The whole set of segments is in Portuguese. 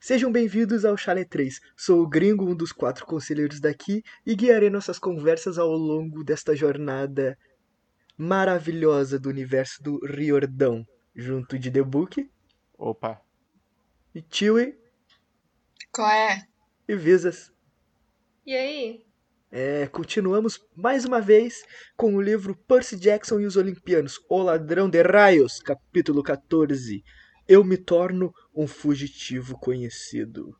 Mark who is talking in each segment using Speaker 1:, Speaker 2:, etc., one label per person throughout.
Speaker 1: Sejam bem-vindos ao Chalé 3. Sou o Gringo, um dos quatro conselheiros daqui, e guiarei nossas conversas ao longo desta jornada maravilhosa do universo do Riordão, junto de The Book,
Speaker 2: Opa,
Speaker 1: e Chewie
Speaker 3: Qual é?
Speaker 1: e Visas.
Speaker 4: E aí?
Speaker 1: É, continuamos mais uma vez com o livro Percy Jackson e os Olimpianos, O Ladrão de Raios, capítulo 14. Eu me torno um fugitivo conhecido.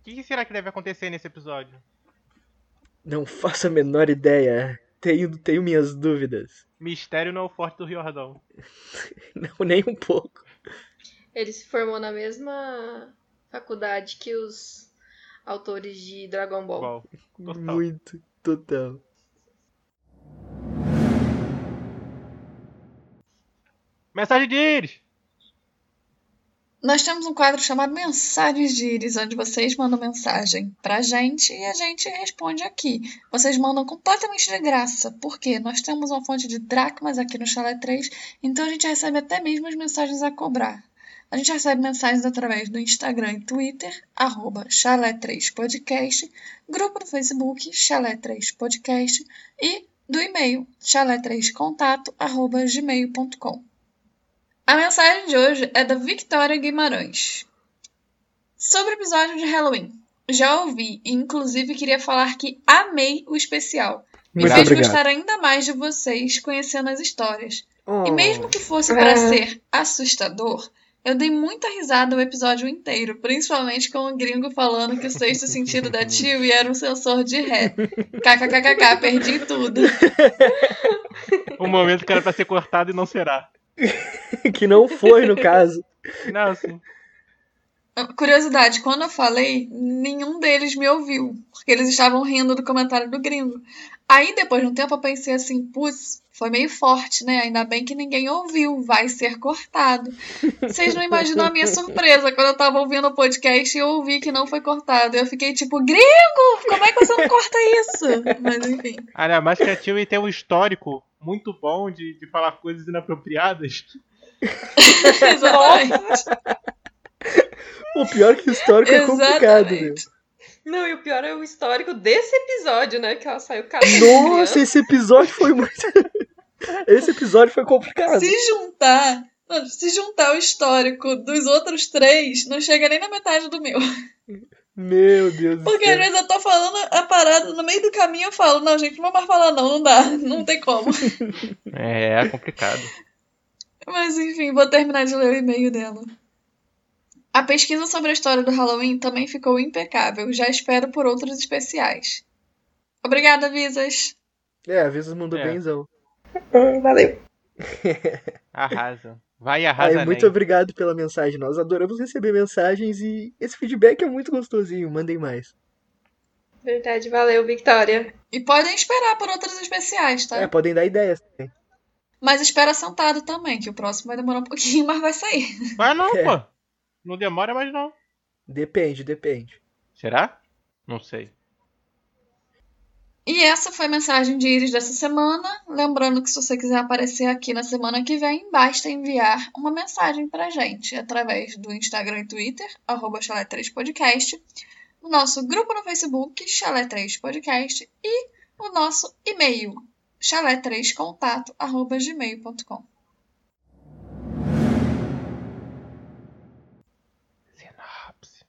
Speaker 2: o que, que será que deve acontecer nesse episódio?
Speaker 1: Não faço a menor ideia. Tenho, tenho minhas dúvidas.
Speaker 2: Mistério não é o forte do Riordão.
Speaker 1: Não, nem um pouco.
Speaker 4: Ele se formou na mesma faculdade que os autores de Dragon Ball.
Speaker 2: Qual? Total.
Speaker 1: Muito, total.
Speaker 2: Mensagem de Iris!
Speaker 3: Nós temos um quadro chamado Mensagens de Íris, onde vocês mandam mensagem pra gente e a gente responde aqui. Vocês mandam completamente de graça, porque nós temos uma fonte de dracmas aqui no Chalé 3, então a gente recebe até mesmo as mensagens a cobrar. A gente recebe mensagens através do Instagram e Twitter, arroba Chalé 3 Podcast, grupo do Facebook Chalé 3 Podcast e do e-mail chalé3contato, arroba gmail.com. A mensagem de hoje é da Victoria Guimarães. Sobre o episódio de Halloween. Já ouvi e inclusive queria falar que amei o especial. Me
Speaker 2: Obrigado,
Speaker 3: fez
Speaker 2: obrigado.
Speaker 3: gostar ainda mais de vocês conhecendo as histórias.
Speaker 1: Oh.
Speaker 3: E mesmo que fosse
Speaker 4: Ah.
Speaker 3: para ser assustador, eu dei muita risada o episódio inteiro, principalmente com o gringo falando que o sexto sentido da Tio era um sensor de ré. KKKKK, perdi tudo.
Speaker 2: Um momento que era pra ser cortado e não será.
Speaker 1: que não foi, no caso.
Speaker 2: Não, assim.
Speaker 3: Ah, Curiosidade, quando eu falei, nenhum deles me ouviu, porque eles estavam rindo do comentário do gringo. Aí, depois de um tempo, eu pensei assim, putz, foi meio forte, né? Ainda bem que ninguém ouviu, vai ser cortado. Vocês não imaginam a minha surpresa quando eu tava ouvindo o podcast e eu ouvi que não foi cortado. Eu fiquei tipo, gringo, como é que você não corta isso? Mas enfim.
Speaker 2: Ainda mais que a Tilly tem um histórico muito bom de, de falar coisas inapropriadas.
Speaker 3: Exatamente.
Speaker 1: O pior que histórico é complicado, né?
Speaker 3: Exatamente.
Speaker 4: Não, e o pior é o histórico desse episódio, né? Que ela saiu casada.
Speaker 1: Nossa, esse episódio foi muito. esse episódio foi complicado.
Speaker 3: Se juntar, mano, se juntar o histórico dos outros três, não chega nem na metade do meu.
Speaker 1: Meu Deus do
Speaker 3: Porque às
Speaker 1: céu.
Speaker 3: vezes eu tô falando a parada, no meio do caminho eu falo, não, gente, não vou mais falar não, não dá, não tem como.
Speaker 2: É, é complicado.
Speaker 3: Mas enfim, vou terminar de ler o e-mail dela. A pesquisa sobre a história do Halloween também ficou impecável, já espero por outros especiais. Obrigada, Visas.
Speaker 1: É, às vezes mandou
Speaker 2: É.
Speaker 1: benzão.
Speaker 4: Valeu.
Speaker 2: Arrasa. Vai e arrasa,
Speaker 1: Aí,
Speaker 2: Nen.
Speaker 1: muito obrigado pela mensagem. Nós adoramos receber mensagens e esse feedback é muito gostosinho. Mandem mais.
Speaker 4: Verdade, valeu, Victoria.
Speaker 3: E podem esperar por outros especiais, tá?
Speaker 1: É, podem dar ideias também.
Speaker 3: Mas espera sentado também, que o próximo vai demorar um pouquinho, mas vai sair.
Speaker 2: Vai não,
Speaker 1: É.
Speaker 2: pô. Não demora mais não.
Speaker 1: Depende, depende.
Speaker 2: Será? Não sei.
Speaker 3: E essa foi a mensagem de Iris dessa semana. Lembrando que se você quiser aparecer aqui na semana que vem, basta enviar uma mensagem pra gente através do Instagram e Twitter, arroba chalé3podcast, o nosso grupo no Facebook, chalé3podcast, e o nosso e-mail, chalé3contato.gmail.com.
Speaker 2: Sinapse.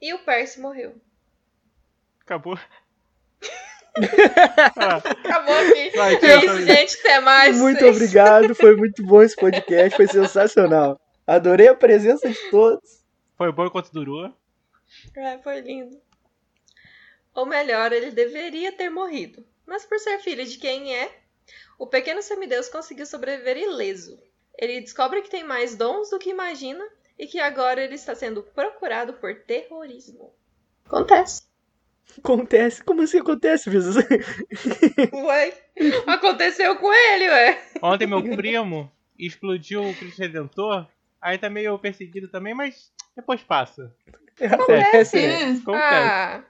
Speaker 4: E o Percy morreu.
Speaker 2: Acabou. Ah,
Speaker 4: Acabou aqui.
Speaker 2: Vai,
Speaker 4: É
Speaker 2: Tilly.
Speaker 4: isso, gente. Até mais.
Speaker 1: muito
Speaker 4: Vocês-
Speaker 1: obrigado, foi muito bom esse podcast, foi sensacional. Adorei a presença de todos.
Speaker 2: Foi bom enquanto durou.
Speaker 4: É, foi lindo. Ou melhor, ele deveria ter morrido. Mas por ser filho de quem é, o pequeno semideus conseguiu sobreviver ileso. Ele descobre que tem mais dons do que imagina e que agora ele está sendo procurado por terrorismo. Acontece.
Speaker 1: Acontece, como assim acontece, Visas?
Speaker 4: Ué, aconteceu com ele, ué.
Speaker 2: Ontem meu primo explodiu o Cristo Redentor. Aí tá meio perseguido também, mas depois passa.
Speaker 1: Acontece, né?
Speaker 3: É.
Speaker 2: Acontece.
Speaker 4: Ah,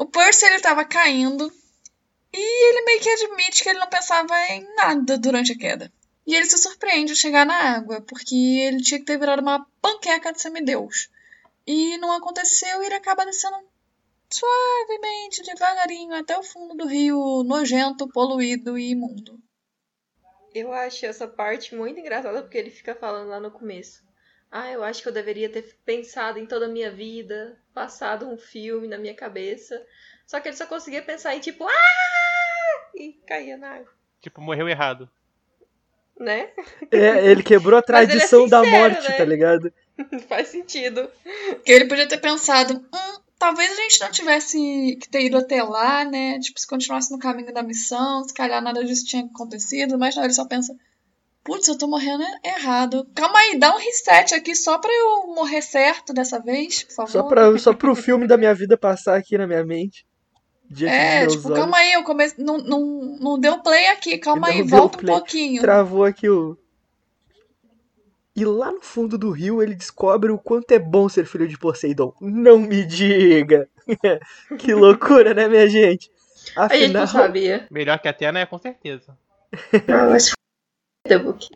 Speaker 3: O Percy ele tava caindo e ele meio que admite que ele não pensava em nada durante a queda. E ele se surpreende ao chegar na água, porque ele tinha que ter virado uma panqueca de semideus. E não aconteceu e ele acaba descendo suavemente, devagarinho, até o fundo do rio nojento, poluído e imundo.
Speaker 4: Eu acho essa parte muito engraçada porque ele fica falando lá no começo. Ah, eu acho que eu deveria ter pensado em toda a minha vida, passado um filme na minha cabeça. Só que ele só conseguia pensar em tipo, ah! E caía na água,
Speaker 2: Tipo, morreu errado.
Speaker 4: né?
Speaker 1: É, ele quebrou a
Speaker 4: Mas ele é
Speaker 1: tradição da
Speaker 4: sincero,
Speaker 1: morte,
Speaker 4: né?
Speaker 1: tá ligado?
Speaker 4: Faz sentido.
Speaker 3: Que ele podia ter pensado, hum, talvez a gente não tivesse que ter ido até lá, né? Tipo, se continuasse no caminho da missão, se calhar nada disso tinha acontecido, mas não, ele só pensa, putz, eu tô morrendo errado. Calma aí, dá um reset aqui só pra eu morrer certo dessa vez,
Speaker 4: Tá
Speaker 3: por favor.
Speaker 1: Só, pra, só pro filme da minha vida passar aqui na minha mente. Diante
Speaker 3: É,
Speaker 1: dos meus
Speaker 3: tipo,
Speaker 1: olhos.
Speaker 3: calma aí, eu comecei. Não, não, não deu play aqui, calma
Speaker 1: Não
Speaker 3: aí,
Speaker 1: deu
Speaker 3: volta um
Speaker 1: play.
Speaker 3: pouquinho.
Speaker 1: Travou aqui o. E lá no fundo do rio ele descobre o quanto é bom ser filho de Poseidon. Não me diga! que loucura, né, minha gente?
Speaker 4: A gente não
Speaker 1: Afinal,
Speaker 4: sabia.
Speaker 2: Melhor que a Atena é com certeza.
Speaker 4: Ah, mas f... The Book.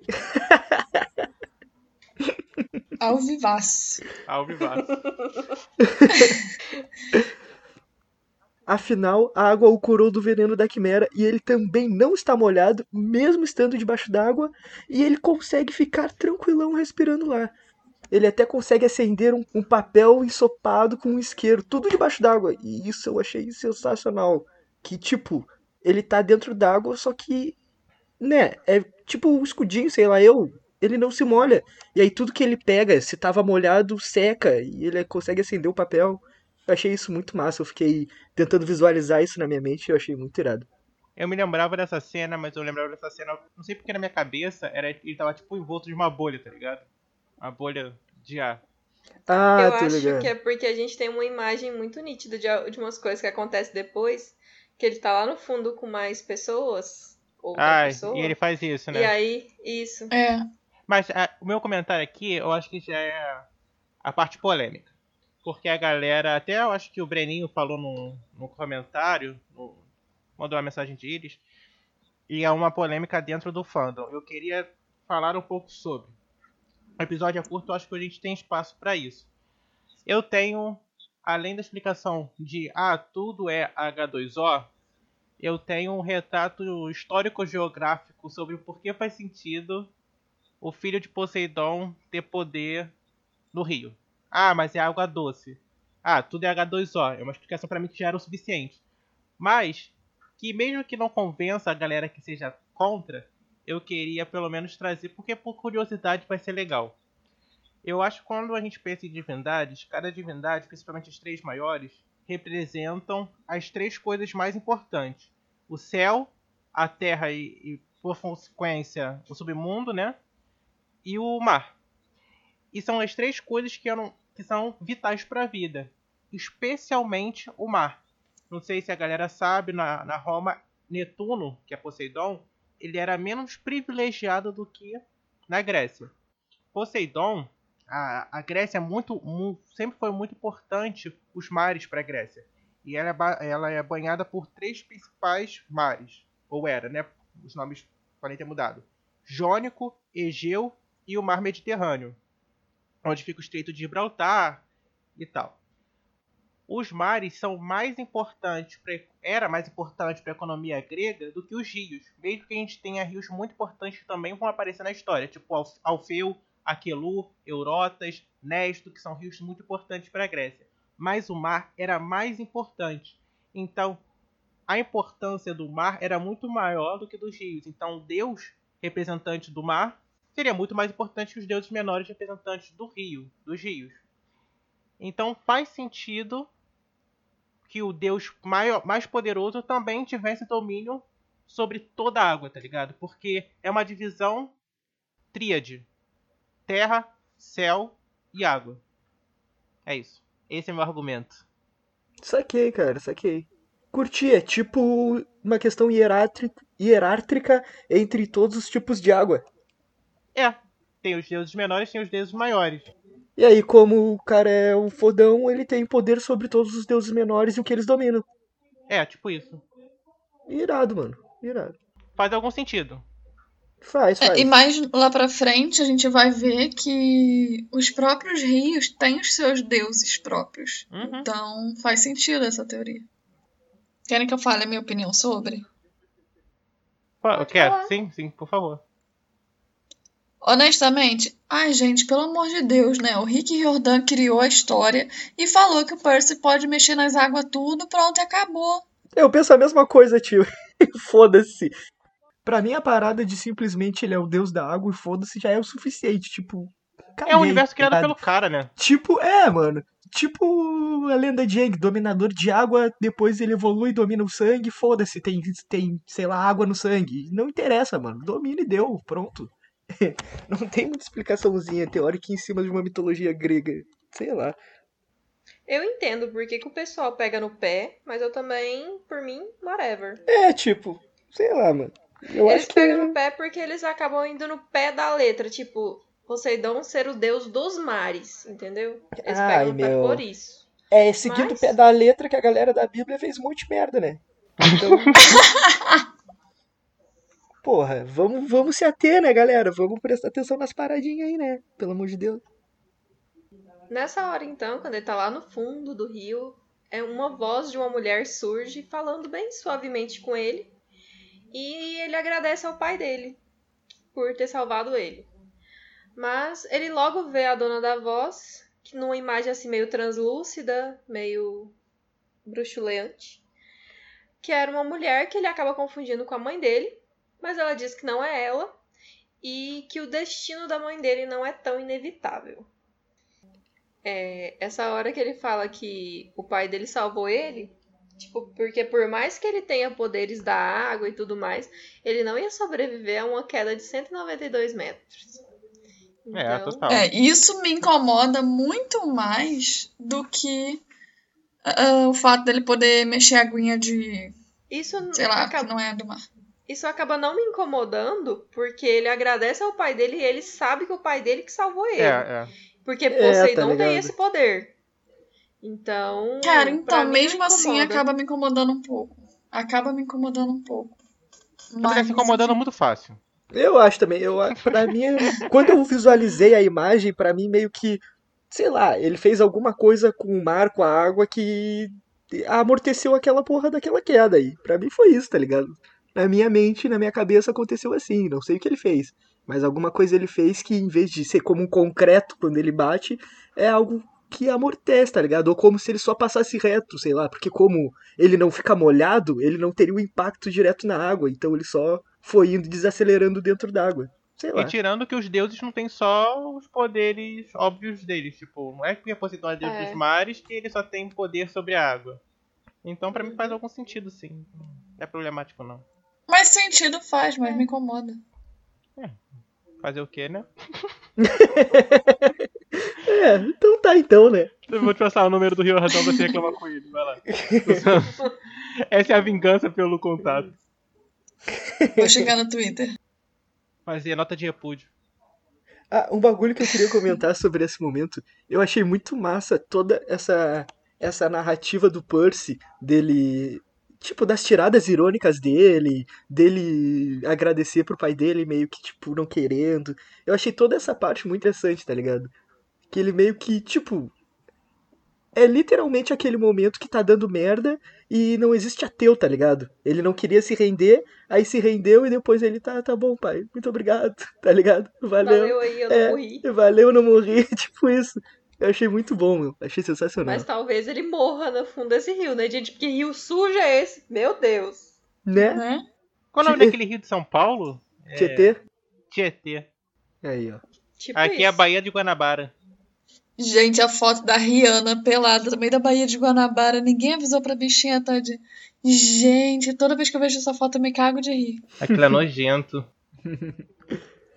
Speaker 3: Ao vivaço.
Speaker 2: Ao vivaço.
Speaker 1: afinal, a água o curou do veneno da quimera e ele também não está molhado, mesmo estando debaixo d'água, e ele consegue ficar tranquilão respirando lá. Ele até consegue acender um, um papel ensopado com um isqueiro, tudo debaixo d'água. E isso eu achei sensacional. Que tipo, ele tá dentro d'água, só que, né, é tipo um escudinho, sei lá, eu. Ele não se molha. E aí tudo que ele pega, se tava molhado, seca. E ele consegue acender o papel. Eu achei isso muito massa. Eu fiquei tentando visualizar isso na minha mente e eu achei muito irado.
Speaker 2: Eu me lembrava dessa cena, mas eu lembrava dessa cena. Não sei porque na minha cabeça era, ele tava tipo envolto de uma bolha, tá ligado? Uma bolha de ar.
Speaker 1: Ah,
Speaker 4: Eu
Speaker 1: tô
Speaker 4: acho
Speaker 1: ligado.
Speaker 4: que é porque a gente tem uma imagem muito nítida de, al- de umas coisas que acontecem depois, que ele tá lá no fundo com mais pessoas, outra
Speaker 2: Ah,
Speaker 4: pessoa.
Speaker 2: e ele faz isso, né?
Speaker 4: E aí, isso.
Speaker 3: É.
Speaker 2: Mas a- o meu comentário aqui, eu acho que já é a parte polêmica. Porque a galera, até eu acho que o Breninho falou num, num comentário, no- mandou uma mensagem de Iris, e é uma polêmica dentro do fandom. Eu queria falar um pouco sobre. O episódio é curto, eu acho que a gente tem espaço pra isso. Eu tenho, além da explicação de, ah, tudo é H2O, eu tenho um retrato histórico-geográfico sobre por que faz sentido o filho de Poseidon ter poder no rio. Ah, mas é água doce. Ah, tudo é H2O. É uma explicação pra mim que já era o suficiente. Mas, que mesmo que não convença a galera que seja contra, eu queria pelo menos trazer, porque por curiosidade vai ser legal. Eu acho que quando a gente pensa em divindades, cada divindade, principalmente as três maiores, representam as três coisas mais importantes: o céu, a terra e, e por consequência, o submundo, né? e o mar. E são as três coisas que, eram, que são vitais para a vida, especialmente o mar. Não sei se a galera sabe, na, na Roma, Netuno, que é Poseidon, ele era menos privilegiado do que na Grécia. Poseidon, a, a Grécia é muito, mu- sempre foi muito importante os mares para a Grécia. E ela é, ba- ela é banhada por três principais mares, ou era, né? Os nomes podem ter mudado: Jônico, Egeu e o Mar Mediterrâneo, onde fica o Estreito de Gibraltar e tal. Os mares são mais importantes, pra, era mais importante para a economia grega do que os rios, mesmo que a gente tenha rios muito importantes que também vão aparecer na história, tipo Alf- Alfeu, Aquelu, Eurotas, Nesto, que são rios muito importantes para a Grécia. Mas o mar era mais importante. Então, a importância do mar era muito maior do que dos rios. Então, Deus, representante do mar, seria muito mais importante que os deuses menores representantes do rio, dos rios. Então faz sentido que o deus maior, mais poderoso também tivesse domínio sobre toda a água, tá ligado? Porque é uma divisão tríade: terra, céu e água. É isso. Esse é meu argumento.
Speaker 1: Saquei, cara, saquei. Curti, é tipo uma questão hierártrica, hierárquica entre todos os tipos de água.
Speaker 2: É, tem os deuses menores, tem os deuses maiores.
Speaker 1: E aí, como o cara é um fodão, ele tem poder sobre todos os deuses menores e o que eles dominam.
Speaker 2: É, tipo isso.
Speaker 1: Irado, mano. Irado.
Speaker 2: Faz algum sentido.
Speaker 1: Faz,
Speaker 4: É,
Speaker 1: faz.
Speaker 3: É, E mais lá pra frente a gente vai ver que os próprios rios têm os seus deuses próprios.
Speaker 2: Uhum.
Speaker 3: Então faz sentido essa teoria. Querem que eu fale a minha opinião sobre?
Speaker 2: Fa-
Speaker 4: Pode
Speaker 2: Quer?
Speaker 4: falar.
Speaker 2: Sim, sim, por favor.
Speaker 3: Honestamente, ai gente, pelo amor de Deus, né? O Rick Riordan criou a história e falou que o Percy pode mexer nas águas tudo, pronto, e acabou.
Speaker 1: Eu penso a mesma coisa, tio. foda-se. Pra mim, a parada de simplesmente ele é o deus da água e foda-se já é o suficiente. Tipo,
Speaker 2: é
Speaker 1: caguei,
Speaker 2: um universo criado
Speaker 1: tá ligado?
Speaker 2: pelo cara, né?
Speaker 1: Tipo, é, mano. Tipo a lenda de Aang, dominador de água, depois ele evolui, domina o sangue, foda-se, tem, tem, sei lá, água no sangue. Não interessa, mano. Domina e deu, pronto. Não tem muita explicaçãozinha teórica em cima de uma mitologia grega. Sei lá.
Speaker 4: Eu entendo por que, que o pessoal pega no pé, mas eu também, por mim, whatever.
Speaker 1: É, tipo, sei lá, mano. Eu
Speaker 4: eles
Speaker 1: acho que.
Speaker 4: pegam no pé porque eles acabam indo no pé da letra, tipo, Poseidon ser o deus dos mares, entendeu? Eles
Speaker 1: Ai,
Speaker 4: pegam no pé
Speaker 1: meu.
Speaker 4: por isso.
Speaker 1: É seguindo o pé
Speaker 4: Mas-
Speaker 1: da letra que a galera da Bíblia fez um monte de merda, né? Então. Porra, vamos, vamos se ater, né, galera? Vamos prestar atenção nas paradinhas aí, né? Pelo amor de Deus.
Speaker 4: Nessa hora, então, quando ele tá lá no fundo do rio, é uma voz de uma mulher surge falando bem suavemente com ele. E ele agradece ao pai dele por ter salvado ele. Mas ele logo vê a dona da voz, que numa imagem assim meio translúcida, meio bruxuleante, que era uma mulher que ele acaba confundindo com a mãe dele, mas ela diz que não é ela e que o destino da mãe dele não é tão inevitável É, essa hora que ele fala que o pai dele salvou ele, tipo, porque por mais que ele tenha poderes da água e tudo mais, ele não ia sobreviver a uma queda de 192 metros.
Speaker 2: É,
Speaker 4: Então,
Speaker 2: total.
Speaker 3: É, isso me incomoda muito mais do que ah, o fato dele poder mexer a aguinha de,
Speaker 4: isso,
Speaker 3: sei lá, que
Speaker 4: acaba,
Speaker 3: não é do mar.
Speaker 4: Hum, isso acaba não me incomodando, porque ele agradece ao pai dele e ele sabe que o pai dele que salvou ele.
Speaker 2: É, é.
Speaker 4: Porque
Speaker 1: tá
Speaker 4: Poseidon tem
Speaker 1: ligado.
Speaker 4: esse poder. Então.
Speaker 3: Cara,
Speaker 4: pra
Speaker 3: então,
Speaker 4: mim,
Speaker 3: mesmo
Speaker 4: não
Speaker 3: assim
Speaker 4: incomoda.
Speaker 3: acaba me incomodando um pouco. Acaba me incomodando um pouco.
Speaker 2: Tu fica
Speaker 3: Mas-
Speaker 2: é
Speaker 3: assim,
Speaker 2: se incomodando muito fácil.
Speaker 1: Eu acho também. Eu, a- pra mim, é- quando eu visualizei a imagem, pra mim meio que, sei lá, ele fez alguma coisa com o mar, com a água que amorteceu aquela porra daquela queda aí. Pra mim foi isso, tá ligado? Na minha mente, na minha cabeça aconteceu assim. Não sei o que ele fez, mas alguma coisa ele fez que em vez de ser como um concreto quando ele bate, é algo que amortece, tá ligado? Ou como se ele só passasse reto, sei lá, porque como ele não fica molhado, ele não teria o impacto direto na água. Então ele só foi indo desacelerando dentro d'água. Sei lá.
Speaker 2: E tirando que os deuses não têm só os poderes óbvios deles. Tipo, não é porque Poseidon é deus
Speaker 4: É.
Speaker 2: dos mares que ele só tem poder sobre a água. Então pra mim faz algum sentido, sim. Não é problemático, não.
Speaker 3: Mas sentido faz, mas me incomoda.
Speaker 2: Fazer o quê, né?
Speaker 1: É, então tá então, né?
Speaker 2: Eu vou te passar o número do Rio Radão pra você reclamar com ele. Vai lá. Essa é a vingança pelo contato.
Speaker 3: Vou chegar no Twitter.
Speaker 2: Fazer nota de repúdio.
Speaker 1: Ah, um bagulho que eu queria comentar sobre esse momento, eu achei muito massa toda essa essa narrativa do Percy dele, tipo, das tiradas irônicas dele, dele agradecer pro pai dele meio que tipo não querendo. Eu achei toda essa parte muito interessante, tá ligado? Que ele meio que, tipo, é literalmente aquele momento que tá dando merda e não existe ateu, tá ligado? Ele não queria se render, aí se rendeu e depois ele tá, tá bom, pai, muito obrigado, tá ligado? Valeu.
Speaker 4: Valeu aí, eu
Speaker 1: É.
Speaker 4: não morri.
Speaker 1: Valeu, não morri, tipo isso. Eu achei muito bom, meu. Achei sensacional.
Speaker 4: Mas talvez ele morra no fundo desse rio, né, gente? Porque rio sujo é esse? Meu Deus.
Speaker 1: Né?
Speaker 3: Né?
Speaker 2: Qual o nome
Speaker 1: Tietê.
Speaker 2: daquele rio de São Paulo? É,
Speaker 1: Tietê?
Speaker 2: Tietê.
Speaker 1: Aí, ó.
Speaker 4: Tipo
Speaker 2: Aqui é a
Speaker 4: isso.
Speaker 2: Baía de Guanabara.
Speaker 3: Gente, a foto da Rihanna pelada no meio da Baía de Guanabara. Ninguém avisou pra bichinha, tadinha. Gente, toda vez que eu vejo essa foto eu me cago de rir.
Speaker 2: Aquilo é nojento.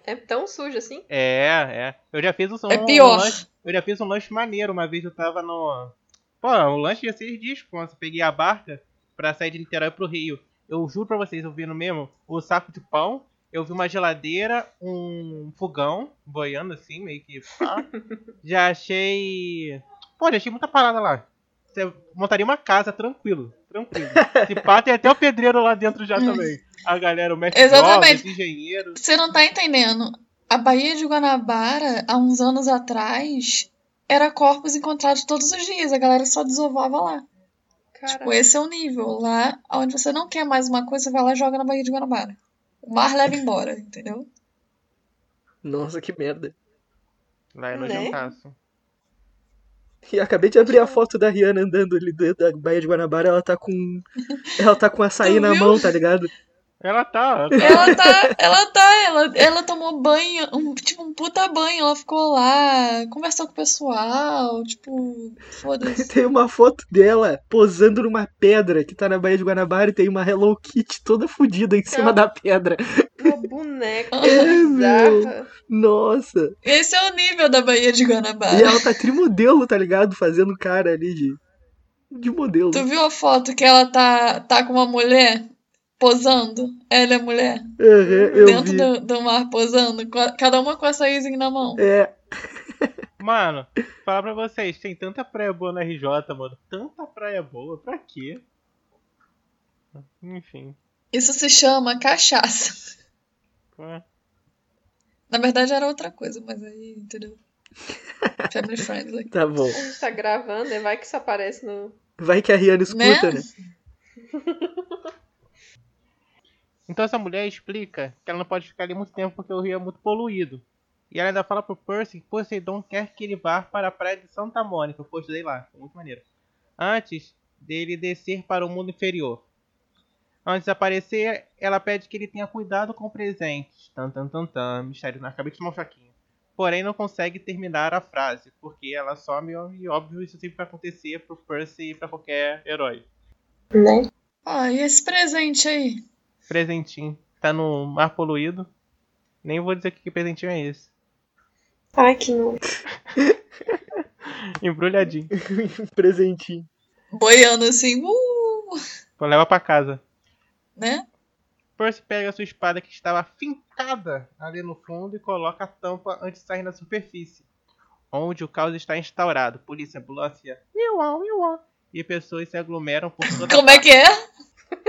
Speaker 4: É tão sujo assim?
Speaker 2: É, é. Eu já fiz um,
Speaker 3: É
Speaker 2: um
Speaker 3: pior.
Speaker 2: lanche. Eu já fiz um lanche maneiro. Uma vez eu tava no. Pô, o lanche ia ser disco. Eu peguei a barca pra sair de Niterói pro Rio. Eu juro pra vocês, eu vi no mesmo o saco de pão. Eu vi uma geladeira, um fogão boiando assim, meio que pá. já achei. Pô, já achei muita parada lá. Você montaria uma casa tranquilo. Tranquilo. Se pá, tem até o pedreiro lá dentro já
Speaker 3: Hum.
Speaker 2: também. A galera, o mestre
Speaker 3: Exatamente.
Speaker 2: jovem, engenheiro.
Speaker 3: Você não tá entendendo. A Baía de Guanabara, há uns anos atrás, era corpos encontrados todos os dias. A galera só desovava lá. Tipo,
Speaker 4: Caraca.
Speaker 3: esse é o nível. Lá, onde você não quer mais uma coisa, você vai lá e joga na Baía de Guanabara. O mar leva embora, entendeu?
Speaker 1: Nossa, que merda.
Speaker 2: Lá é
Speaker 4: Né?
Speaker 2: nojentaço.
Speaker 1: E acabei de abrir a
Speaker 3: Tipo-
Speaker 1: foto da Rihanna andando ali dentro da Baía de Guanabara, ela tá com. Ela tá com açaí
Speaker 3: Tu
Speaker 1: na
Speaker 3: viu?
Speaker 1: mão, tá ligado?
Speaker 2: Ela tá, ela tá.
Speaker 3: Ela tá, ela tá, ela, ela tomou banho, um, tipo, um puta banho. Ela ficou lá, conversou com o pessoal, tipo, foda-se.
Speaker 1: Tem uma foto dela posando numa pedra que tá na Baía de Guanabara e tem uma Hello Kitty toda fodida em cima da pedra.
Speaker 4: Uma boneca
Speaker 1: É, meu.
Speaker 4: bizarra.
Speaker 1: Nossa!
Speaker 3: Esse é o nível da Baía de Guanabara.
Speaker 1: E ela tá trimodelo, tá ligado? Fazendo cara ali de. De modelo.
Speaker 3: Tu viu a foto que ela tá, tá com uma mulher posando? Ela é mulher.
Speaker 1: Aham, eu
Speaker 3: dentro
Speaker 1: vi.
Speaker 3: do, do mar posando, com a- cada uma com essa açaizinho na mão.
Speaker 1: É,
Speaker 2: Mano, falar pra vocês, tem tanta praia boa na RJ, mano. Tanta praia boa, pra quê? Enfim.
Speaker 3: Isso se chama cachaça.
Speaker 2: pô.
Speaker 3: Na verdade era outra coisa, mas aí, entendeu? Family friendly.
Speaker 1: tá bom.
Speaker 4: A gente tá gravando, né? vai que isso aparece no.
Speaker 1: Vai que a Rihanna escuta, né?
Speaker 3: Né?
Speaker 2: Então essa mulher explica que ela não pode ficar ali muito tempo porque o rio é muito poluído. E ela ainda fala pro Percy que Poseidon quer que ele vá para a praia de Santa Mônica. Eu postei lá, foi muito maneiro. Antes dele descer para o mundo inferior. Antes de aparecer, ela pede que ele tenha cuidado com presentes. Tan tan tan tan, mistério, não acabei de tomar um choquinho. Porém, não consegue terminar a frase, porque ela some e óbvio isso sempre vai acontecer pro Percy e pra qualquer herói.
Speaker 4: Né?
Speaker 3: Ah, e esse presente aí?
Speaker 2: presentinho. Tá no mar poluído. Nem vou dizer que, que presentinho é esse.
Speaker 4: Ai, que nojo.
Speaker 2: Embrulhadinho.
Speaker 1: Presentinho.
Speaker 3: Boiando assim, uh,
Speaker 2: Vou levar pra casa.
Speaker 3: né?
Speaker 2: Percy pega sua espada que estava fincada ali no fundo e coloca a tampa antes de sair na superfície. Onde o caos está instaurado. Polícia, ambulância, iuau, iuau. E pessoas se aglomeram por toda
Speaker 3: Como é que é?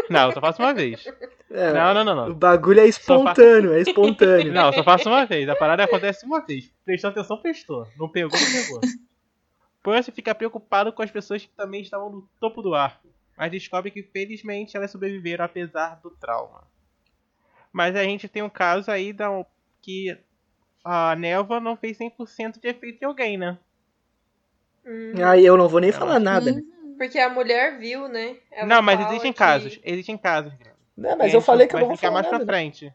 Speaker 2: Não, só faço uma vez.
Speaker 1: É,
Speaker 2: Não, não, não,
Speaker 1: O
Speaker 2: não.
Speaker 1: bagulho é espontâneo, é espontâneo.
Speaker 2: Não, só faço uma vez. A parada acontece uma vez. Prestou atenção, prestou. Não pegou, não pegou. Percy fica preocupado com as pessoas que também estavam no topo do arco, mas descobre que felizmente elas sobreviveram apesar do trauma. Mas a gente tem um caso aí da que a névoa não fez 100% de efeito em alguém, né?
Speaker 4: Hum,
Speaker 1: Aí eu não vou nem falar nada, né?
Speaker 3: Hum,
Speaker 4: porque a mulher viu, né? Ela
Speaker 2: não, mas
Speaker 4: fala
Speaker 2: existem
Speaker 4: que-
Speaker 2: casos, existem casos.
Speaker 1: Não,
Speaker 2: E a
Speaker 1: mas eu
Speaker 2: gente
Speaker 1: falei que eu
Speaker 2: vai
Speaker 1: não vou
Speaker 2: ficar
Speaker 1: falar
Speaker 2: mais
Speaker 1: nada.
Speaker 2: pra
Speaker 1: né?
Speaker 2: frente.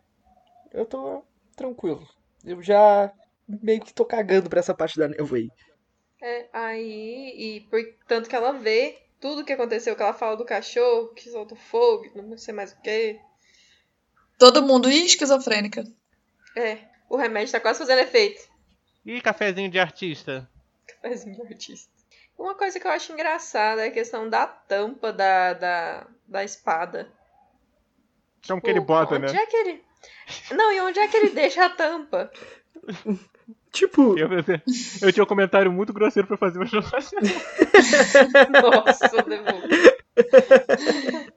Speaker 1: Eu tô tranquilo. Eu já meio que tô cagando pra essa parte da névoa aí.
Speaker 4: É, aí, e por tanto que ela vê tudo que aconteceu, que ela fala do cachorro, que solta fogo, que não sei mais o que.
Speaker 3: Todo mundo, ih, esquizofrênica.
Speaker 4: É, o remédio tá quase fazendo efeito.
Speaker 2: Ih, cafezinho de artista.
Speaker 4: Cafézinho de artista. Uma coisa que eu acho engraçada é a questão da tampa da, da, da espada.
Speaker 2: Como
Speaker 4: Tipo,
Speaker 2: que ele bota,
Speaker 4: onde
Speaker 2: né?
Speaker 4: é que ele... Não, e onde é que ele deixa a tampa?
Speaker 1: Tipo,
Speaker 2: Eu, eu tinha um comentário muito grosseiro pra fazer, mas não faço.
Speaker 4: Nossa, devolvo.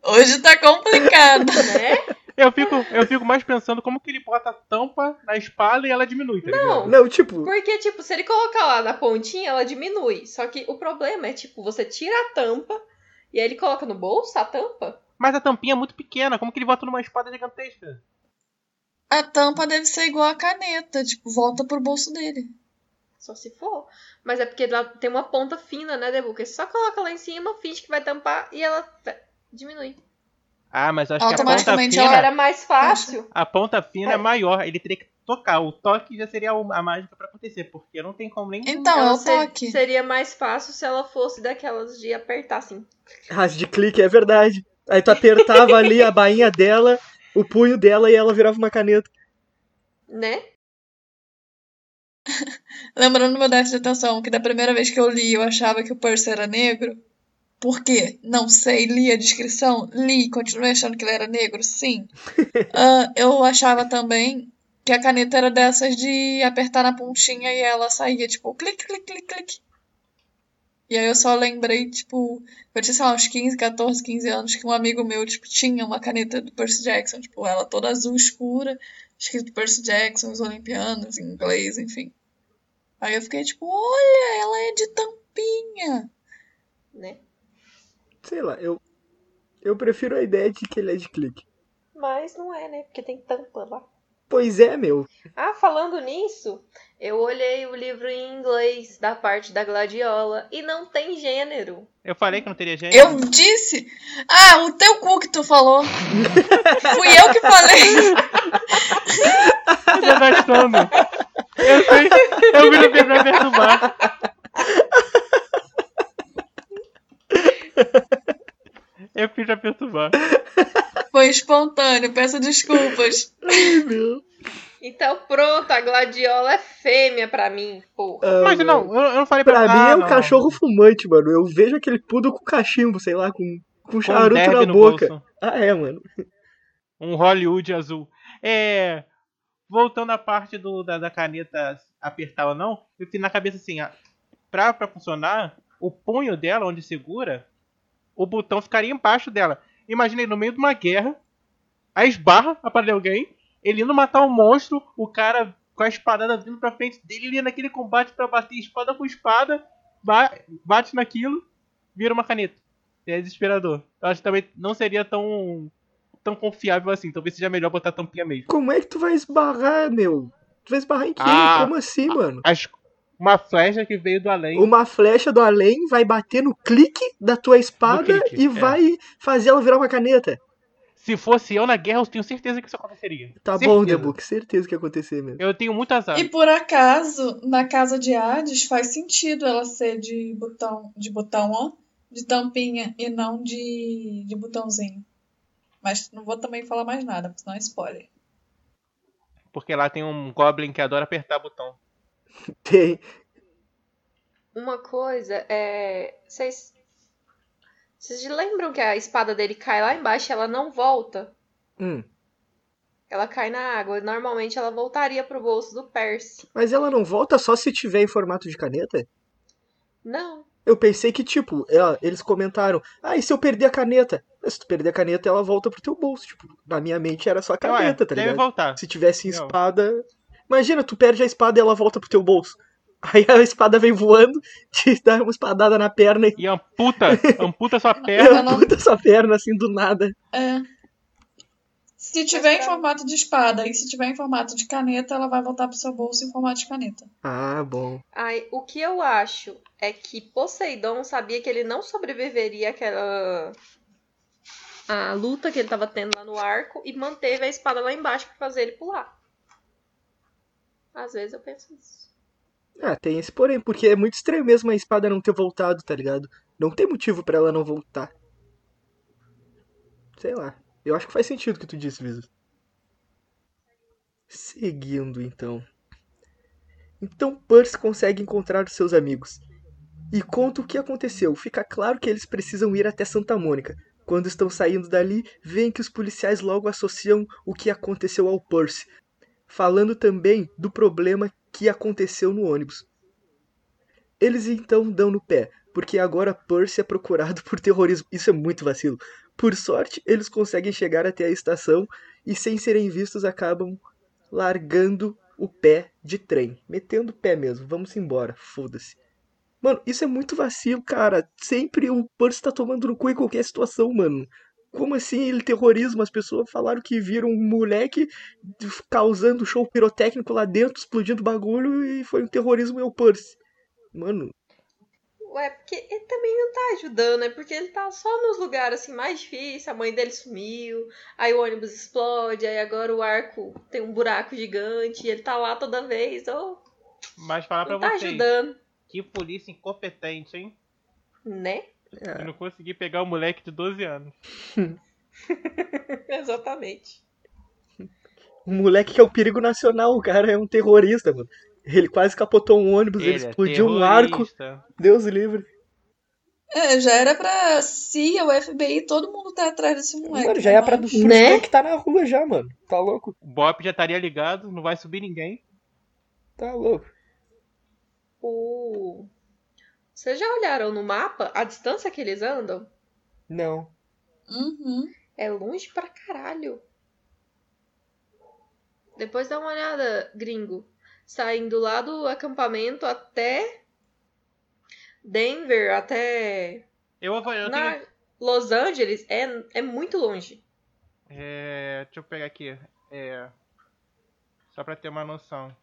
Speaker 3: Hoje tá complicado.
Speaker 4: Né?
Speaker 2: Eu fico, eu fico mais pensando como que ele bota a tampa na espada e ela diminui, tá ligado?
Speaker 4: Não,
Speaker 1: não, tipo,
Speaker 4: Porque, tipo, se ele colocar lá na pontinha, ela diminui. Só que o problema é, tipo, você tira a tampa e aí ele coloca no bolso a tampa.
Speaker 2: Mas a tampinha é muito pequena, como que ele bota numa espada gigantesca?
Speaker 3: A tampa deve ser igual a caneta, tipo, volta pro bolso dele.
Speaker 4: Só se for. Mas é porque ela tem uma ponta fina, né, Debu? Porque Você só coloca lá em cima, finge que vai tampar e ela tá- diminui. Então,
Speaker 2: Ah, mas acho que a ponta
Speaker 3: Automaticamente
Speaker 2: fina,
Speaker 3: ela
Speaker 4: Era mais fácil.
Speaker 2: a ponta fina é maior, ele teria que tocar. O toque já seria o- a mágica pra acontecer, porque não tem como nem.
Speaker 3: Então,
Speaker 4: Ela
Speaker 3: é o
Speaker 4: ser-
Speaker 3: toque.
Speaker 4: Seria mais fácil se ela fosse daquelas de apertar, assim.
Speaker 1: as de clique é verdade. Aí tu apertava ali a bainha dela, o punho dela e ela virava uma caneta.
Speaker 4: Né?
Speaker 3: Lembrando meu déficit de atenção, que da primeira vez que eu li, eu achava que o Percy era negro. Por quê? Não sei, li a descrição, li, continuei achando que ele era negro, sim. Ah, eu achava também que a caneta era dessas de apertar na pontinha e ela saía, tipo, clique, clique, clique, clique. E aí eu só lembrei, tipo, eu tinha, sei lá, uns 15, 14, 15 anos, que um amigo meu, tipo, tinha uma caneta do Percy Jackson, tipo, ela toda azul escura, escrito Percy Jackson, os Olimpianos, em inglês, enfim. Aí eu fiquei, tipo, olha, ela é de tampinha.
Speaker 4: né?
Speaker 1: Sei lá, eu. Eu prefiro a ideia de que ele é de clique.
Speaker 4: Mas não é, né? Porque tem tampa lá.
Speaker 1: Pois é, meu.
Speaker 4: Ah, falando nisso, eu olhei o livro em inglês da parte da gladiola e não tem gênero.
Speaker 2: Eu falei que não teria gente.
Speaker 3: Eu disse? Ah, o teu cu que tu falou. Fui eu que falei.
Speaker 2: Eu tô gastando. Eu sei. Eu me liguei pra perturbar. Eu fiz pra perturbar.
Speaker 3: Foi espontâneo, peço desculpas.
Speaker 4: Então pronto, a gladiola é fêmea pra mim, porra.
Speaker 1: Ah,
Speaker 2: Mas
Speaker 1: meu.
Speaker 2: não, eu, eu não falei
Speaker 1: Pra mim é
Speaker 2: um
Speaker 1: um cachorro fumante, mano. Eu vejo aquele pudo com cachimbo, sei lá, com, com charuto na boca. Ah, é, mano.
Speaker 2: Um Hollywood azul. É. Voltando à parte do, da, da caneta apertar ou não, eu fiquei na cabeça assim, ah, pra, pra funcionar, o punho dela, onde segura, o botão ficaria embaixo dela. Imaginei no meio de uma guerra, a esbarra, aparelho alguém, ele indo matar um monstro, o cara com a espadada vindo pra frente dele, ele ia naquele combate pra bater espada com espada, ba- bate naquilo, vira uma caneta. É desesperador. Eu acho que também não seria tão tão confiável assim. Talvez seja melhor botar tampinha mesmo.
Speaker 1: Como é que tu vai esbarrar, meu? Tu vai esbarrar em quem?
Speaker 2: Ah.
Speaker 1: Como assim, mano?
Speaker 2: As- Uma flecha que veio do além.
Speaker 1: Uma flecha do além vai bater no clique da tua espada
Speaker 2: No clique,
Speaker 1: e
Speaker 2: é.
Speaker 1: vai fazer ela virar uma caneta.
Speaker 2: Se fosse eu na guerra, eu tenho certeza que isso aconteceria.
Speaker 1: Tá
Speaker 2: certeza.
Speaker 1: bom, Debook, certeza que ia acontecer mesmo.
Speaker 2: Eu tenho muito azar.
Speaker 3: E por acaso, na casa de Hades, faz sentido ela ser de botão, de botão, ó, de tampinha e não de, de botãozinho. Mas não vou também falar mais nada, porque senão é spoiler.
Speaker 2: Porque lá tem um Goblin que adora apertar botão.
Speaker 1: Tem.
Speaker 4: Uma coisa é. Vocês. Vocês lembram que a espada dele cai lá embaixo e ela não volta?
Speaker 1: Hum.
Speaker 4: Ela cai na água. Normalmente ela voltaria pro bolso do Percy.
Speaker 1: Mas ela não volta só se tiver em formato de caneta?
Speaker 4: Não.
Speaker 1: Eu pensei que, tipo, ela- eles comentaram, ah, e se eu perder a caneta? Mas se tu perder a caneta, ela volta pro teu bolso. Tipo, na minha mente era só a
Speaker 2: Então, é,
Speaker 1: caneta, tá
Speaker 2: deve
Speaker 1: ligado?
Speaker 2: voltar.
Speaker 1: Se tivesse
Speaker 2: Não.
Speaker 1: espada. Imagina, tu perde a espada e ela volta pro teu bolso. Aí a espada vem voando, te dá uma espadada na perna e
Speaker 2: E amputa, amputa sua perna.
Speaker 3: Eu não-
Speaker 1: amputa sua perna assim do nada.
Speaker 3: É. Se tiver em
Speaker 4: pra-
Speaker 3: formato de espada e se tiver em formato de caneta, ela vai voltar pro seu bolso em formato de caneta.
Speaker 1: Ah, bom.
Speaker 4: Ai, o que eu acho é que Poseidon sabia que ele não sobreviveria àquela. à luta que ele tava tendo lá no arco e manteve a espada lá embaixo pra fazer ele pular. Às vezes eu penso nisso.
Speaker 1: Ah, tem esse porém, porque é muito estranho mesmo a espada não ter voltado, tá ligado? Não tem motivo pra ela não voltar. Sei lá. Eu acho que faz sentido o que tu disse, Viso. Seguindo, então. Então Percy consegue encontrar os seus amigos. E conta o que aconteceu. Fica claro que eles precisam ir até Santa Mônica. Quando estão saindo dali, veem que os policiais logo associam o que aconteceu ao Percy. Falando também do problema que aconteceu no ônibus. Eles então dão no pé, porque agora Percy é procurado por terrorismo. Isso é muito vacilo. Por sorte, eles conseguem chegar até a estação e, sem serem vistos, acabam largando o pé de trem. Metendo o pé mesmo. Vamos embora. Foda-se. Mano, isso é muito vacilo, cara. Sempre o Percy tá tomando no cu em qualquer situação, mano. Como assim ele terrorismo? As pessoas falaram que viram um moleque causando show pirotécnico lá dentro, explodindo bagulho e foi um terrorismo e é o Percy. Mano,
Speaker 4: Ué, porque ele também não tá ajudando, é porque ele tá só nos lugares assim mais difíceis, a mãe dele sumiu, aí o ônibus explode, aí agora o arco tem um buraco gigante, e ele tá lá toda vez, ou
Speaker 2: Mas falar pra
Speaker 4: não tá
Speaker 2: vocês,
Speaker 4: ajudando,
Speaker 2: que polícia incompetente, hein?
Speaker 4: né?
Speaker 1: É.
Speaker 2: Eu não consegui pegar o moleque de 12 anos.
Speaker 4: Exatamente.
Speaker 1: O moleque que é o perigo nacional, o cara é um terrorista, mano. Ele quase capotou um ônibus, ele,
Speaker 2: é
Speaker 1: explodiu um arco,
Speaker 2: terrorista.
Speaker 1: Deus livre.
Speaker 3: É, já era pra CIA, o FBI, todo mundo tá atrás desse moleque.
Speaker 1: mano, já é
Speaker 3: né?
Speaker 1: pra do
Speaker 3: Mas-
Speaker 1: furo
Speaker 4: Né?
Speaker 1: tem que tá na rua já, mano. Tá louco?
Speaker 2: O Bop já estaria ligado, não vai subir ninguém.
Speaker 1: Tá louco.
Speaker 4: O... Vocês já olharam no mapa a distância que eles andam?
Speaker 1: Não.
Speaker 3: Uhum.
Speaker 4: É longe pra caralho. Depois dá uma olhada, gringo. Saindo lá do acampamento até Denver, até
Speaker 2: Eu vou. Eu
Speaker 4: na
Speaker 2: tenho,
Speaker 4: Los Angeles, é, é muito longe.
Speaker 2: é, deixa eu pegar aqui. É, só pra ter uma noção.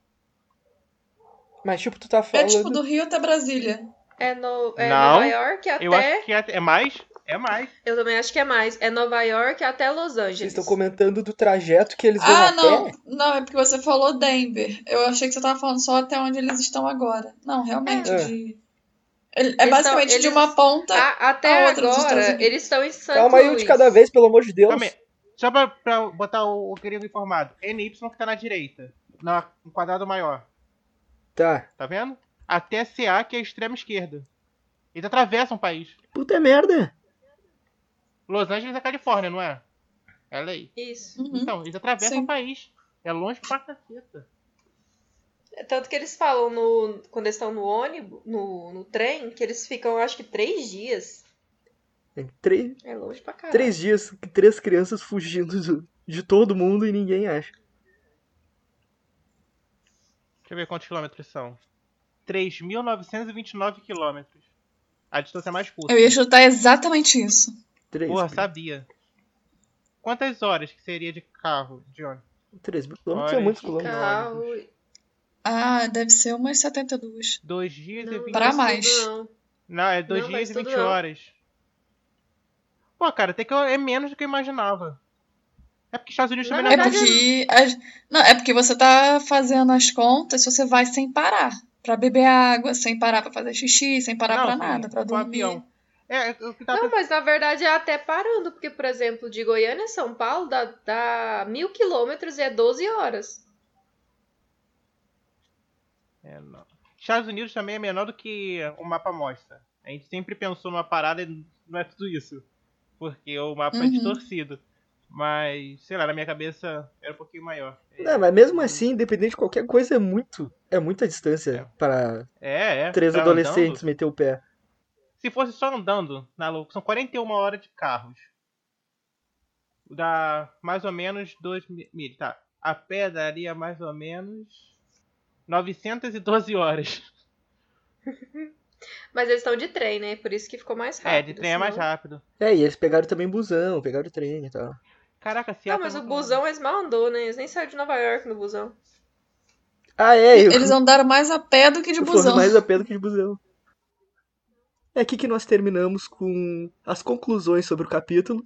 Speaker 1: Mas, tipo, tu tá
Speaker 3: É
Speaker 1: falando.
Speaker 3: tipo do Rio até Brasília.
Speaker 4: É, no, é
Speaker 2: Não,
Speaker 4: Nova York até.
Speaker 2: Eu acho que é, é mais. É mais.
Speaker 4: Eu também acho que é mais. É Nova York até Los
Speaker 1: Vocês
Speaker 4: Angeles.
Speaker 1: estão comentando do trajeto que eles vão
Speaker 3: Ah,
Speaker 1: a
Speaker 3: não.
Speaker 1: pé?
Speaker 3: Não, é porque você falou Denver. Eu achei que você tava falando só até onde eles estão agora. Não, realmente.
Speaker 1: É.
Speaker 3: de- Ele- É
Speaker 4: Eles
Speaker 3: basicamente
Speaker 4: tão-
Speaker 3: de
Speaker 4: eles- Ah.
Speaker 3: uma ponta.
Speaker 4: A- até
Speaker 3: A outra dos Estados
Speaker 4: agora,
Speaker 3: Unidos.
Speaker 4: eles estão em
Speaker 3: tá
Speaker 4: Santo
Speaker 1: Calma aí um de
Speaker 4: Luís.
Speaker 1: cada vez, pelo amor de Deus.
Speaker 2: Calma aí. Então, Só pra, pra botar o, o gringo informado. NY que tá na direita. Na, no quadrado maior.
Speaker 1: Tá.
Speaker 2: Tá vendo? Até CA, que é a extrema esquerda. Eles atravessam o país.
Speaker 1: Puta merda.
Speaker 2: Los Angeles é Califórnia, não é? É lei.
Speaker 4: Isso.
Speaker 3: Uhum.
Speaker 2: Então, eles atravessam
Speaker 3: Sim.
Speaker 2: o país. É longe pra caceta.
Speaker 4: É Tanto que eles falam no, quando eles estão no ônibus, no, no trem, que eles ficam, acho que, três dias.
Speaker 1: Em três,
Speaker 4: É longe pra caralho.
Speaker 1: três dias, três crianças fugindo do- de todo mundo e ninguém acha.
Speaker 2: Deixa eu ver quantos quilômetros são. 3.929 quilômetros. A distância é mais curta.
Speaker 3: Eu ia chutar exatamente isso.
Speaker 1: Três.
Speaker 2: Porra,
Speaker 1: mil-
Speaker 2: sabia. Quantas horas que seria de carro, Johnny?
Speaker 1: Três mil quilômetros é
Speaker 2: Olha,
Speaker 1: muitos
Speaker 2: que
Speaker 1: quilômetros.
Speaker 4: Carro.
Speaker 3: Ah, deve ser umas 72.
Speaker 2: Dois dias e
Speaker 4: Não,
Speaker 2: vinte...
Speaker 3: Pra
Speaker 4: isso
Speaker 3: mais.
Speaker 4: tudo Não.
Speaker 2: Não, é dois
Speaker 4: Não,
Speaker 2: dias
Speaker 4: mas
Speaker 2: e
Speaker 4: tudo
Speaker 2: 20
Speaker 4: não.
Speaker 2: horas. Pô, cara, até que eu- é menos do que eu imaginava. É porque Estados Unidos
Speaker 4: Na
Speaker 2: também
Speaker 3: É
Speaker 2: não
Speaker 4: verdade,
Speaker 3: porque, as- não, é porque você tá fazendo as contas, você vai sem parar Pra beber água, sem parar pra fazer xixi, sem parar
Speaker 2: Não,
Speaker 3: pra
Speaker 2: sim,
Speaker 3: nada, pra
Speaker 2: com
Speaker 3: dormir.
Speaker 2: avião. É, é o que tá
Speaker 4: Não, mas na verdade é até parando, porque, por exemplo, de Goiânia a São Paulo dá, dá mil quilômetros e é 12 horas.
Speaker 2: É, não. Estados Unidos também é menor do que o mapa mostra. A gente sempre pensou numa parada e não é tudo isso. Porque o mapa é
Speaker 3: Uhum.
Speaker 2: distorcido. Mas, sei lá, na minha cabeça era um pouquinho maior. É,
Speaker 1: Não, mas mesmo assim, independente de qualquer coisa, é muito. É muita
Speaker 2: É.
Speaker 1: distância para
Speaker 2: é. é
Speaker 1: três
Speaker 2: tá
Speaker 1: adolescentes
Speaker 2: andando.
Speaker 1: meter o pé.
Speaker 2: Se fosse só andando, na louca, são 41 horas de carros. Dá mais ou menos 2 mil. Tá. A pé daria mais ou menos 912 horas.
Speaker 4: Mas eles estão de trem, né? Por isso que ficou mais rápido.
Speaker 2: é, de trem é mais
Speaker 4: senão-
Speaker 2: rápido.
Speaker 1: É, e eles pegaram também busão, pegaram trem e tal.
Speaker 2: Caraca, se
Speaker 4: Não, mas o busão eles mal andou, né? Eles nem saíram de Nova York no busão.
Speaker 1: Ah, é, eu,
Speaker 3: Eles andaram mais a pé do que de
Speaker 1: eu
Speaker 3: busão.
Speaker 1: falo mais a pé do que de busão. É aqui que nós terminamos com as conclusões sobre o capítulo.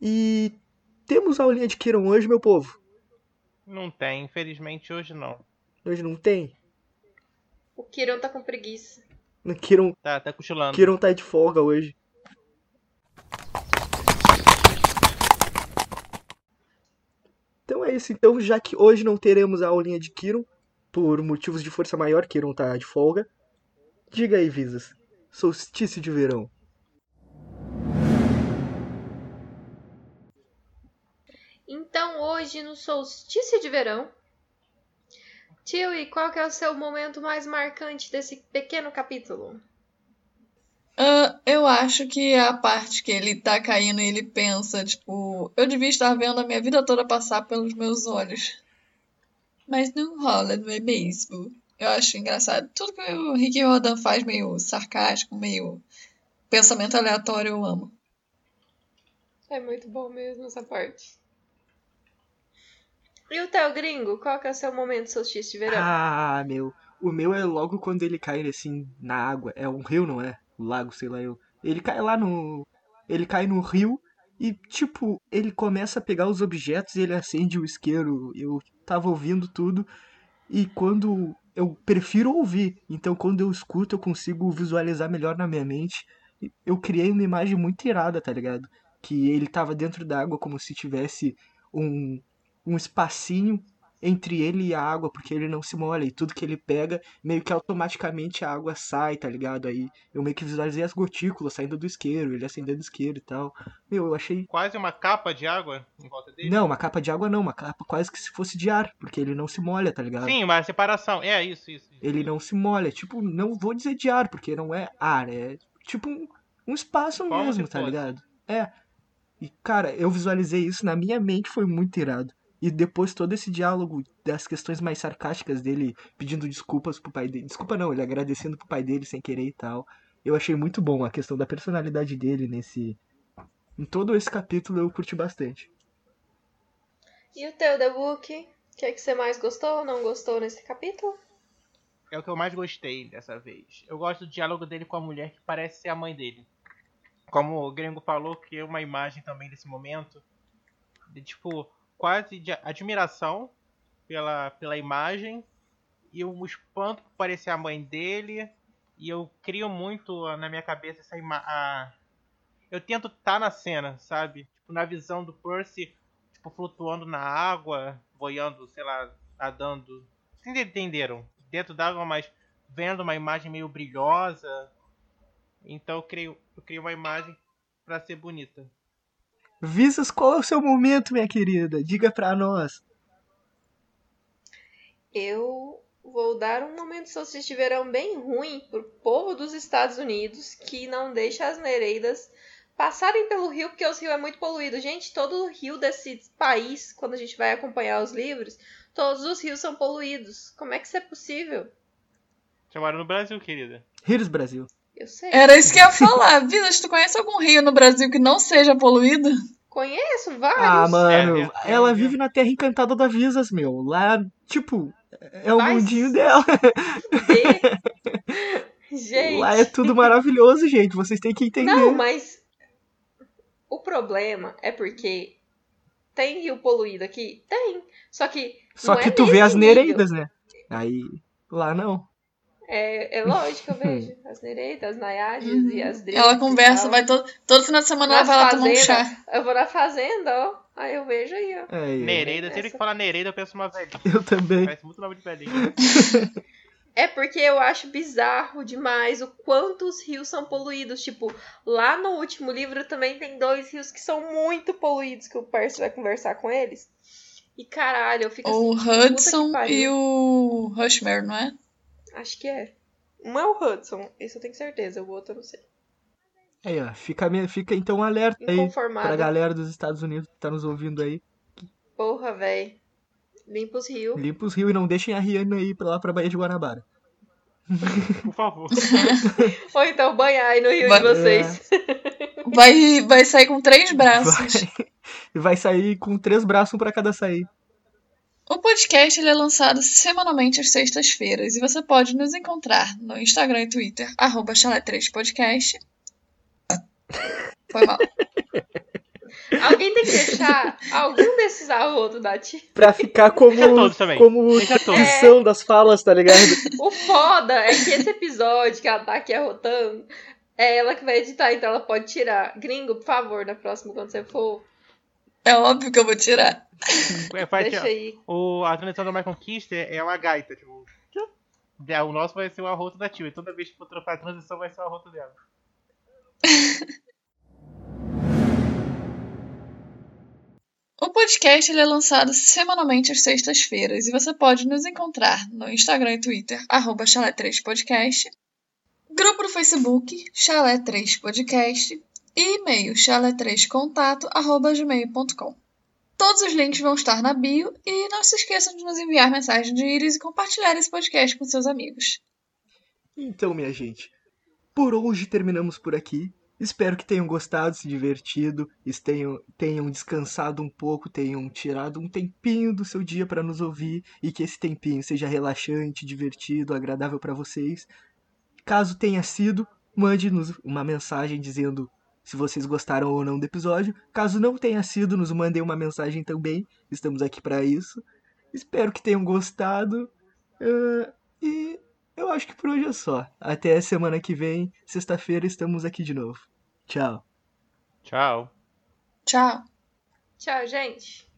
Speaker 1: E temos a aulinha de Kiron hoje, meu povo.
Speaker 2: Não tem, infelizmente hoje não.
Speaker 1: Hoje não tem.
Speaker 4: O Kiron tá com preguiça.
Speaker 1: Kiron,
Speaker 2: Tá, tá cochilando.
Speaker 1: Kiron tá de folga hoje. Então é isso. Então, já que hoje não teremos a aulinha de Kiron, por motivos de força maior, Kiron tá de folga. Diga aí, Visas. Solstício de verão.
Speaker 4: Então hoje, no solstício de verão. Tio, e qual que é o seu momento mais marcante desse pequeno capítulo?
Speaker 3: Ah, eu acho que a parte que ele tá caindo e ele pensa, tipo, eu devia estar vendo a minha vida toda passar pelos meus olhos. Mas não rola, não é mesmo? Eu acho engraçado. Tudo que o Rick Rodan faz meio sarcástico, meio pensamento aleatório, eu amo.
Speaker 4: É muito bom mesmo essa parte. E o Theo Gringo, qual que é o seu momento solstício de verão?
Speaker 1: Ah, meu. O meu é logo quando ele cai assim na água. É um rio, não é? O lago, sei lá eu. Ele cai lá no. Ele cai no rio e, tipo, ele começa a pegar os objetos e ele acende o isqueiro. Eu tava ouvindo tudo e quando. Eu prefiro ouvir, então quando eu escuto eu consigo visualizar melhor na minha mente. E Eu criei uma imagem muito irada, tá ligado? Que ele tava dentro d'água como se tivesse um, um espacinho entre ele e a água, porque ele não se molha, e tudo que ele pega, meio que automaticamente a água sai, tá ligado? Aí eu meio que visualizei as gotículas saindo do isqueiro, ele acendendo o isqueiro e tal. Meu, eu achei.
Speaker 2: Quase uma capa de água em volta dele?
Speaker 1: Não, uma capa de água não, uma capa quase que se fosse de ar, porque ele não se molha, tá ligado?
Speaker 2: Sim, uma separação. É, isso, isso. isso.
Speaker 1: Ele não se molha, tipo, não vou dizer de ar, porque não é ar, é tipo um, um espaço
Speaker 2: Como
Speaker 1: mesmo,
Speaker 2: se
Speaker 1: tá
Speaker 2: fosse.
Speaker 1: ligado? É. E, cara, eu visualizei isso na minha mente, foi muito irado. E depois todo esse diálogo das questões mais sarcásticas dele pedindo desculpas pro pai dele. Desculpa não, ele agradecendo pro pai dele sem querer e tal. Eu achei muito bom a questão da personalidade dele nesse. Em todo esse capítulo eu curti bastante.
Speaker 4: E o teu, The Book? O que é que você mais gostou ou não gostou nesse capítulo?
Speaker 2: É o que eu mais gostei dessa vez. Eu gosto do diálogo dele com a mulher que parece ser a mãe dele. Como o Gringo falou, criei uma imagem também desse momento. De tipo, quase de admiração pela, pela imagem. E um espanto por parecer a mãe dele. E eu crio muito ah, na minha cabeça essa imagem. Eu tento estar na cena, sabe? Tipo, na visão do Percy, tipo, flutuando na água, boiando, sei lá, nadando vocês entenderam? Dentro d'água, mas vendo uma imagem meio brilhosa. Então eu criei, eu criei uma imagem pra ser bonita.
Speaker 1: Visas, qual é o seu momento, minha querida? Diga pra nós.
Speaker 4: Eu vou dar um momento de solstício de verão bem ruim pro povo dos Estados Unidos que não deixa as Nereidas passarem pelo rio, porque os rios é muito poluído. Gente, todo o rio desse país, quando a gente vai acompanhar os livros, todos os rios são poluídos. Como é que isso é possível?
Speaker 2: Você mora no Brasil, querida?
Speaker 1: Riros Brasil.
Speaker 4: Eu sei.
Speaker 3: Era isso que eu ia falar. Vilas, tu conhece algum rio no Brasil que não seja poluído?
Speaker 4: Conheço vários.
Speaker 1: Ah, mano,
Speaker 2: é, é,
Speaker 1: ela
Speaker 2: é.
Speaker 1: vive na terra encantada da Visas, meu. Lá, tipo, é o
Speaker 4: Vai
Speaker 1: mundinho dela.
Speaker 4: De- Gente.
Speaker 1: Lá é tudo maravilhoso, gente. Vocês têm que entender.
Speaker 4: Não, mas o problema é porque tem rio poluído aqui? Tem. Só que.
Speaker 1: Só
Speaker 4: não é
Speaker 1: que tu vê
Speaker 4: nesse
Speaker 1: as
Speaker 4: nível.
Speaker 1: Nereidas, né? Aí, lá não.
Speaker 4: É, é lógico que eu vejo. As Nereidas, as Naiades e as Dritas.
Speaker 3: Uhum. Ela conversa,
Speaker 4: e tal.
Speaker 3: vai todo, todo final de semana ela
Speaker 4: Nas
Speaker 3: vai lá tomar um
Speaker 4: fazendas.
Speaker 3: chá.
Speaker 4: Eu vou na fazenda, ó. Aí eu vejo aí, ó.
Speaker 1: Aí,
Speaker 2: Nereida, sempre
Speaker 4: Essa.
Speaker 2: que fala Nereida, eu penso uma velhinha.
Speaker 1: É, eu também.
Speaker 2: Parece muito nome de velhinha.
Speaker 4: É porque eu acho bizarro demais o quanto os rios são poluídos. Tipo, lá no último livro também tem dois rios que são muito poluídos, que o Percy vai conversar com eles. E caralho, eu fico assim,
Speaker 3: O
Speaker 4: puta que
Speaker 3: Hudson
Speaker 4: pariu.
Speaker 3: e o Rushmore, não é?
Speaker 4: Acho que é. Um é o Hudson, isso eu tenho certeza, o outro eu não sei.
Speaker 1: Aí, ó, fica, a minha- fica então um alerta aí pra
Speaker 4: Inconformada.
Speaker 1: galera dos Estados Unidos que tá nos ouvindo aí.
Speaker 4: Porra, véi. Limpa os rios.
Speaker 1: Limpa os rios e não deixem a Rihanna aí pra lá pra Baía de Guanabara.
Speaker 2: Por favor.
Speaker 4: Ou então banhar aí no rio
Speaker 3: Ba-
Speaker 4: de vocês.
Speaker 3: Vai, vai sair com três braços.
Speaker 1: Vai, vai sair com três braços, um pra cada sair.
Speaker 3: O podcast ele é lançado semanalmente às sextas-feiras e você pode nos encontrar no Instagram e Twitter, arroba chalé3podcast. Foi mal.
Speaker 4: Alguém tem que deixar algum desses arroto da tia.
Speaker 1: Pra ficar como,
Speaker 2: Deixa É todos também.
Speaker 1: como
Speaker 2: Deixa todos.
Speaker 1: descrição das falas, tá ligado?
Speaker 4: O foda é que esse episódio que ela tá aqui arrotando é ela que vai editar, então ela pode tirar. Gringo, por favor, na próxima, quando você for,
Speaker 3: É óbvio que eu vou tirar.
Speaker 2: É, faz
Speaker 4: deixa
Speaker 2: assim,
Speaker 4: aí.
Speaker 2: ó. o, a transição do My Conquista é é uma gaita, tipo. tchum. É, O nosso vai ser o arroto da tio. E toda vez que for trocar a transição, vai ser o arroto dela.
Speaker 3: O podcast ele é lançado semanalmente às sextas-feiras e você pode nos encontrar no Instagram e Twitter, arroba chalé3podcast, grupo do Facebook, chalé3podcast e e-mail chalé3contato, arroba gmail.com. Todos os links vão estar na bio e não se esqueçam de nos enviar mensagem de íris e compartilhar esse podcast com seus amigos.
Speaker 1: Então, minha gente, por hoje terminamos por aqui. Espero que tenham gostado, se divertido, es- tenham, tenham descansado um pouco, tenham tirado um tempinho do seu dia para nos ouvir e que esse tempinho seja relaxante, divertido, agradável para vocês. Caso tenha sido, mande-nos uma mensagem dizendo se vocês gostaram ou não do episódio. Caso não tenha sido, nos mandem uma mensagem também. Estamos aqui para isso. Espero que tenham gostado. Ah, e eu acho que por hoje é só. Até semana que vem, sexta-feira, estamos aqui de novo. Tchau.
Speaker 2: Tchau.
Speaker 3: Tchau!
Speaker 4: Tchau, gente.